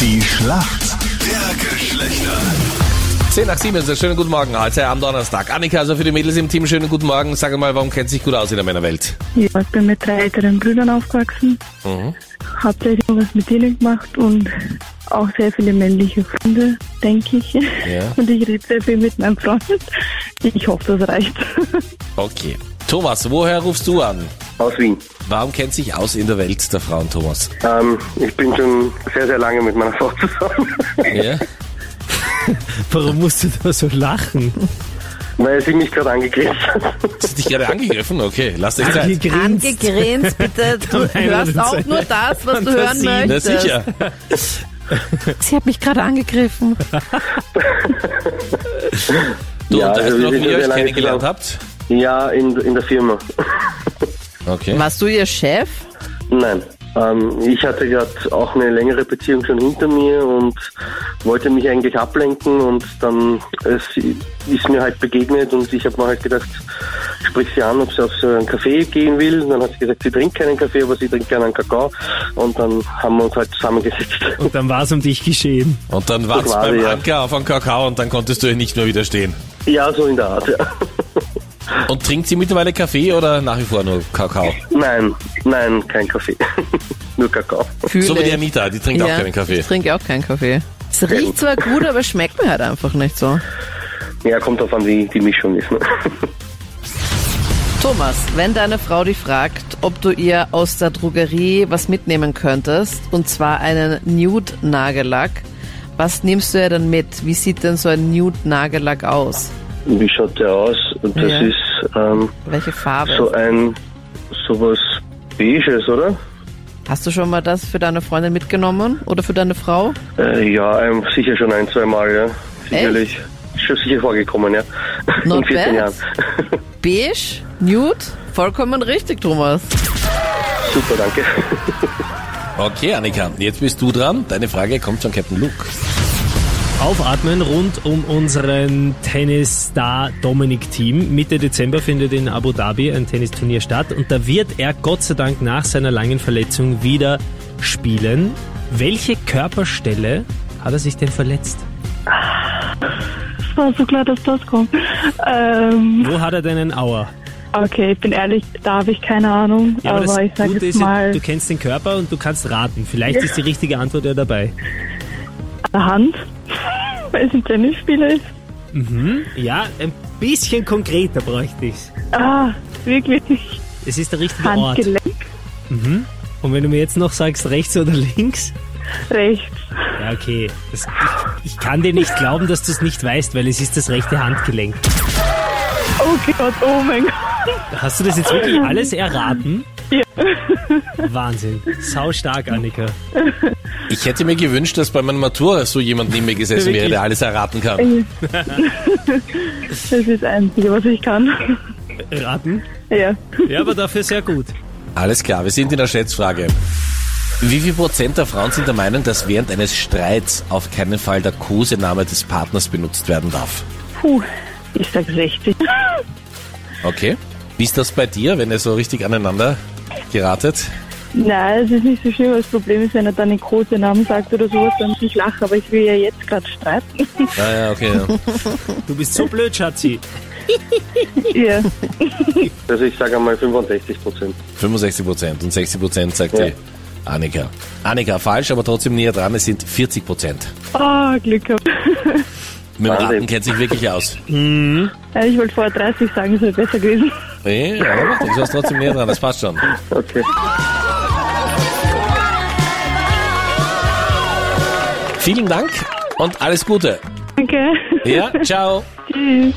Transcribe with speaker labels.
Speaker 1: Die Schlacht der Geschlechter.
Speaker 2: 10 nach 7 ist der schöne guten Morgen heute am Donnerstag. Annika, also für die Mädels im Team, schönen guten Morgen. Sag mal, warum kennt sich gut aus in der Männerwelt?
Speaker 3: Ja, ich bin mit drei älteren Brüdern aufgewachsen.
Speaker 4: Mhm.
Speaker 3: Hauptsächlich nur was mit denen gemacht und auch sehr viele männliche Freunde, denke ich. Und ich rede sehr viel mit meinem Freund. Ich hoffe, das reicht.
Speaker 2: Okay. Thomas, woher rufst du an?
Speaker 5: Aus Wien.
Speaker 2: Warum kennt sich aus in der Welt der Frauen, Thomas?
Speaker 5: Ähm, ich bin schon sehr, sehr lange mit meiner Frau zusammen,
Speaker 2: Ja?
Speaker 4: Warum musst du da so lachen?
Speaker 5: weil sie mich gerade angegriffen hat.
Speaker 2: Hast du dich gerade angegriffen? Okay, lass
Speaker 4: Also,
Speaker 2: dich Zeit.
Speaker 4: Angegrinst.
Speaker 6: Angegrinst, bitte. Du hörst auch nur das, was du hören
Speaker 4: Fantasie,
Speaker 2: Na
Speaker 6: möchtest.
Speaker 2: sicher.
Speaker 6: Sie hat mich gerade angegriffen.
Speaker 2: Du,
Speaker 5: Ja,
Speaker 2: und weißt
Speaker 5: also
Speaker 2: du noch,
Speaker 5: wir
Speaker 2: wie ihr euch
Speaker 5: sind schon sehr lange
Speaker 2: kennengelernt habt?
Speaker 5: Ja, in, in der Firma.
Speaker 2: Okay.
Speaker 6: Warst du ihr Chef?
Speaker 5: Nein. Ähm, ich hatte gerade auch eine längere Beziehung schon hinter mir und wollte mich eigentlich ablenken und dann es ist mir halt begegnet und ich habe mir halt gedacht, sprich sie an, ob sie auf so einen Kaffee gehen will. Und dann hat sie gesagt, sie trinkt keinen Kaffee, aber sie trinkt gerne einen Kakao. Und dann haben wir uns halt zusammengesetzt.
Speaker 4: Und dann war es um dich geschehen.
Speaker 2: Und dann war's
Speaker 5: quasi,
Speaker 2: beim
Speaker 5: ja.
Speaker 2: Anker auf einen Kakao und dann konntest du ihr nicht mehr widerstehen.
Speaker 5: Ja, so in der Art, ja.
Speaker 2: Und trinkt sie mittlerweile Kaffee oder nach wie vor nur Kakao?
Speaker 5: Nein, nein, kein Kaffee. Nur Kakao.
Speaker 6: Fühle
Speaker 2: So wie die
Speaker 6: ich.
Speaker 2: Anita, die trinkt auch
Speaker 6: Ja,
Speaker 2: keinen Kaffee.
Speaker 6: Ich trinke auch keinen Kaffee. Es riecht zwar gut, aber schmeckt mir halt einfach nicht so.
Speaker 5: Ja, kommt drauf an, wie die Mischung ist. Ne?
Speaker 6: Thomas, wenn deine Frau dich fragt, ob du ihr aus der Drogerie was mitnehmen könntest, und zwar einen Nude-Nagellack, was nimmst du ihr dann mit? Wie sieht denn so ein Nude-Nagellack aus?
Speaker 5: Wie schaut der aus? Und Das
Speaker 6: Ja.
Speaker 5: ist ähm,
Speaker 6: Welche Farbe?
Speaker 5: so ein, sowas Beiges, oder?
Speaker 6: Hast du schon mal das für deine Freundin mitgenommen oder für deine Frau?
Speaker 5: Äh, ja, ähm, sicher schon ein, zwei Mal, ja. Sicherlich. Ist Schon sicher vorgekommen, ja.
Speaker 6: Not
Speaker 5: In 14
Speaker 6: bad.
Speaker 5: Jahren.
Speaker 6: Beige, nude, vollkommen richtig, Thomas.
Speaker 5: Super, danke.
Speaker 2: Okay, Annika, jetzt bist du dran. Deine Frage kommt von Captain Luke.
Speaker 4: Aufatmen rund um unseren Tennisstar Dominik Thiem. Mitte Dezember findet in Abu Dhabi ein Tennisturnier statt und da wird er Gott sei Dank nach seiner langen Verletzung wieder spielen. Welche Körperstelle hat er sich denn verletzt?
Speaker 3: Es war so klar, dass das kommt. Ähm,
Speaker 4: Wo hat er denn einen Auer?
Speaker 3: okay, ich bin ehrlich, da habe ich keine Ahnung.
Speaker 4: Ja,
Speaker 3: aber ich sage
Speaker 4: Gute
Speaker 3: jetzt
Speaker 4: ist,
Speaker 3: mal
Speaker 4: du kennst den Körper und du kannst raten. Vielleicht ist die richtige Antwort ja dabei.
Speaker 3: Hand, weil es ein Tennisspieler ist.
Speaker 4: Ja, ein bisschen konkreter bräuchte ich's.
Speaker 3: Ah, wirklich.
Speaker 4: Es ist der richtige Ort.
Speaker 3: Handgelenk
Speaker 4: Und wenn du mir jetzt noch sagst, rechts oder links?
Speaker 3: rechts.
Speaker 4: Ja, okay. Das, ich, ich kann dir nicht glauben, dass du es nicht weißt, weil es ist das rechte Handgelenk.
Speaker 3: Oh Gott, oh mein Gott.
Speaker 4: Hast du das jetzt wirklich alles erraten? Ja. Wahnsinn. Sau stark, Annika.
Speaker 2: Ich hätte mir gewünscht, dass bei meiner Matura so jemand neben mir gesessen wäre,
Speaker 4: Wirklich?
Speaker 2: der alles erraten kann.
Speaker 3: Das ist das Einzige, was ich kann.
Speaker 4: Raten?
Speaker 3: Ja.
Speaker 4: Ja, aber dafür sehr gut.
Speaker 2: Alles klar, wir sind in der Schätzfrage. Wie viel Prozent der Frauen sind der Meinung, dass während eines Streits auf keinen Fall der Kosename des Partners benutzt werden darf?
Speaker 3: Puh, ich sag 60.
Speaker 2: Okay. Wie ist das bei dir, wenn ihr so richtig aneinander geratet?
Speaker 3: Nein, es ist nicht so schlimm. Das Problem ist, wenn er dann einen großen Namen sagt oder sowas, dann muss ich lachen. Aber ich will ja jetzt gerade streiten.
Speaker 2: Ah, ja, okay. Ja.
Speaker 4: Du bist so blöd, Schatzi.
Speaker 3: Ja.
Speaker 5: Also ich sage einmal 65 Prozent.
Speaker 2: 65 Prozent und 60 Prozent sagt
Speaker 5: Ja.
Speaker 2: die Annika. Annika, falsch, aber trotzdem näher dran, es sind 40 Prozent.
Speaker 3: Oh, Glück gehabt.
Speaker 2: Mit dem
Speaker 5: Wahnsinn.
Speaker 2: Raten kennt sich wirklich aus.
Speaker 3: Ja, Ich wollte vorher 30 sagen, es wäre besser gewesen.
Speaker 2: Nee, aber macht nichts, du warst trotzdem näher dran, das passt schon.
Speaker 5: Okay.
Speaker 2: Vielen Dank und alles Gute.
Speaker 3: Danke.
Speaker 2: Ja, ciao.
Speaker 3: Tschüss.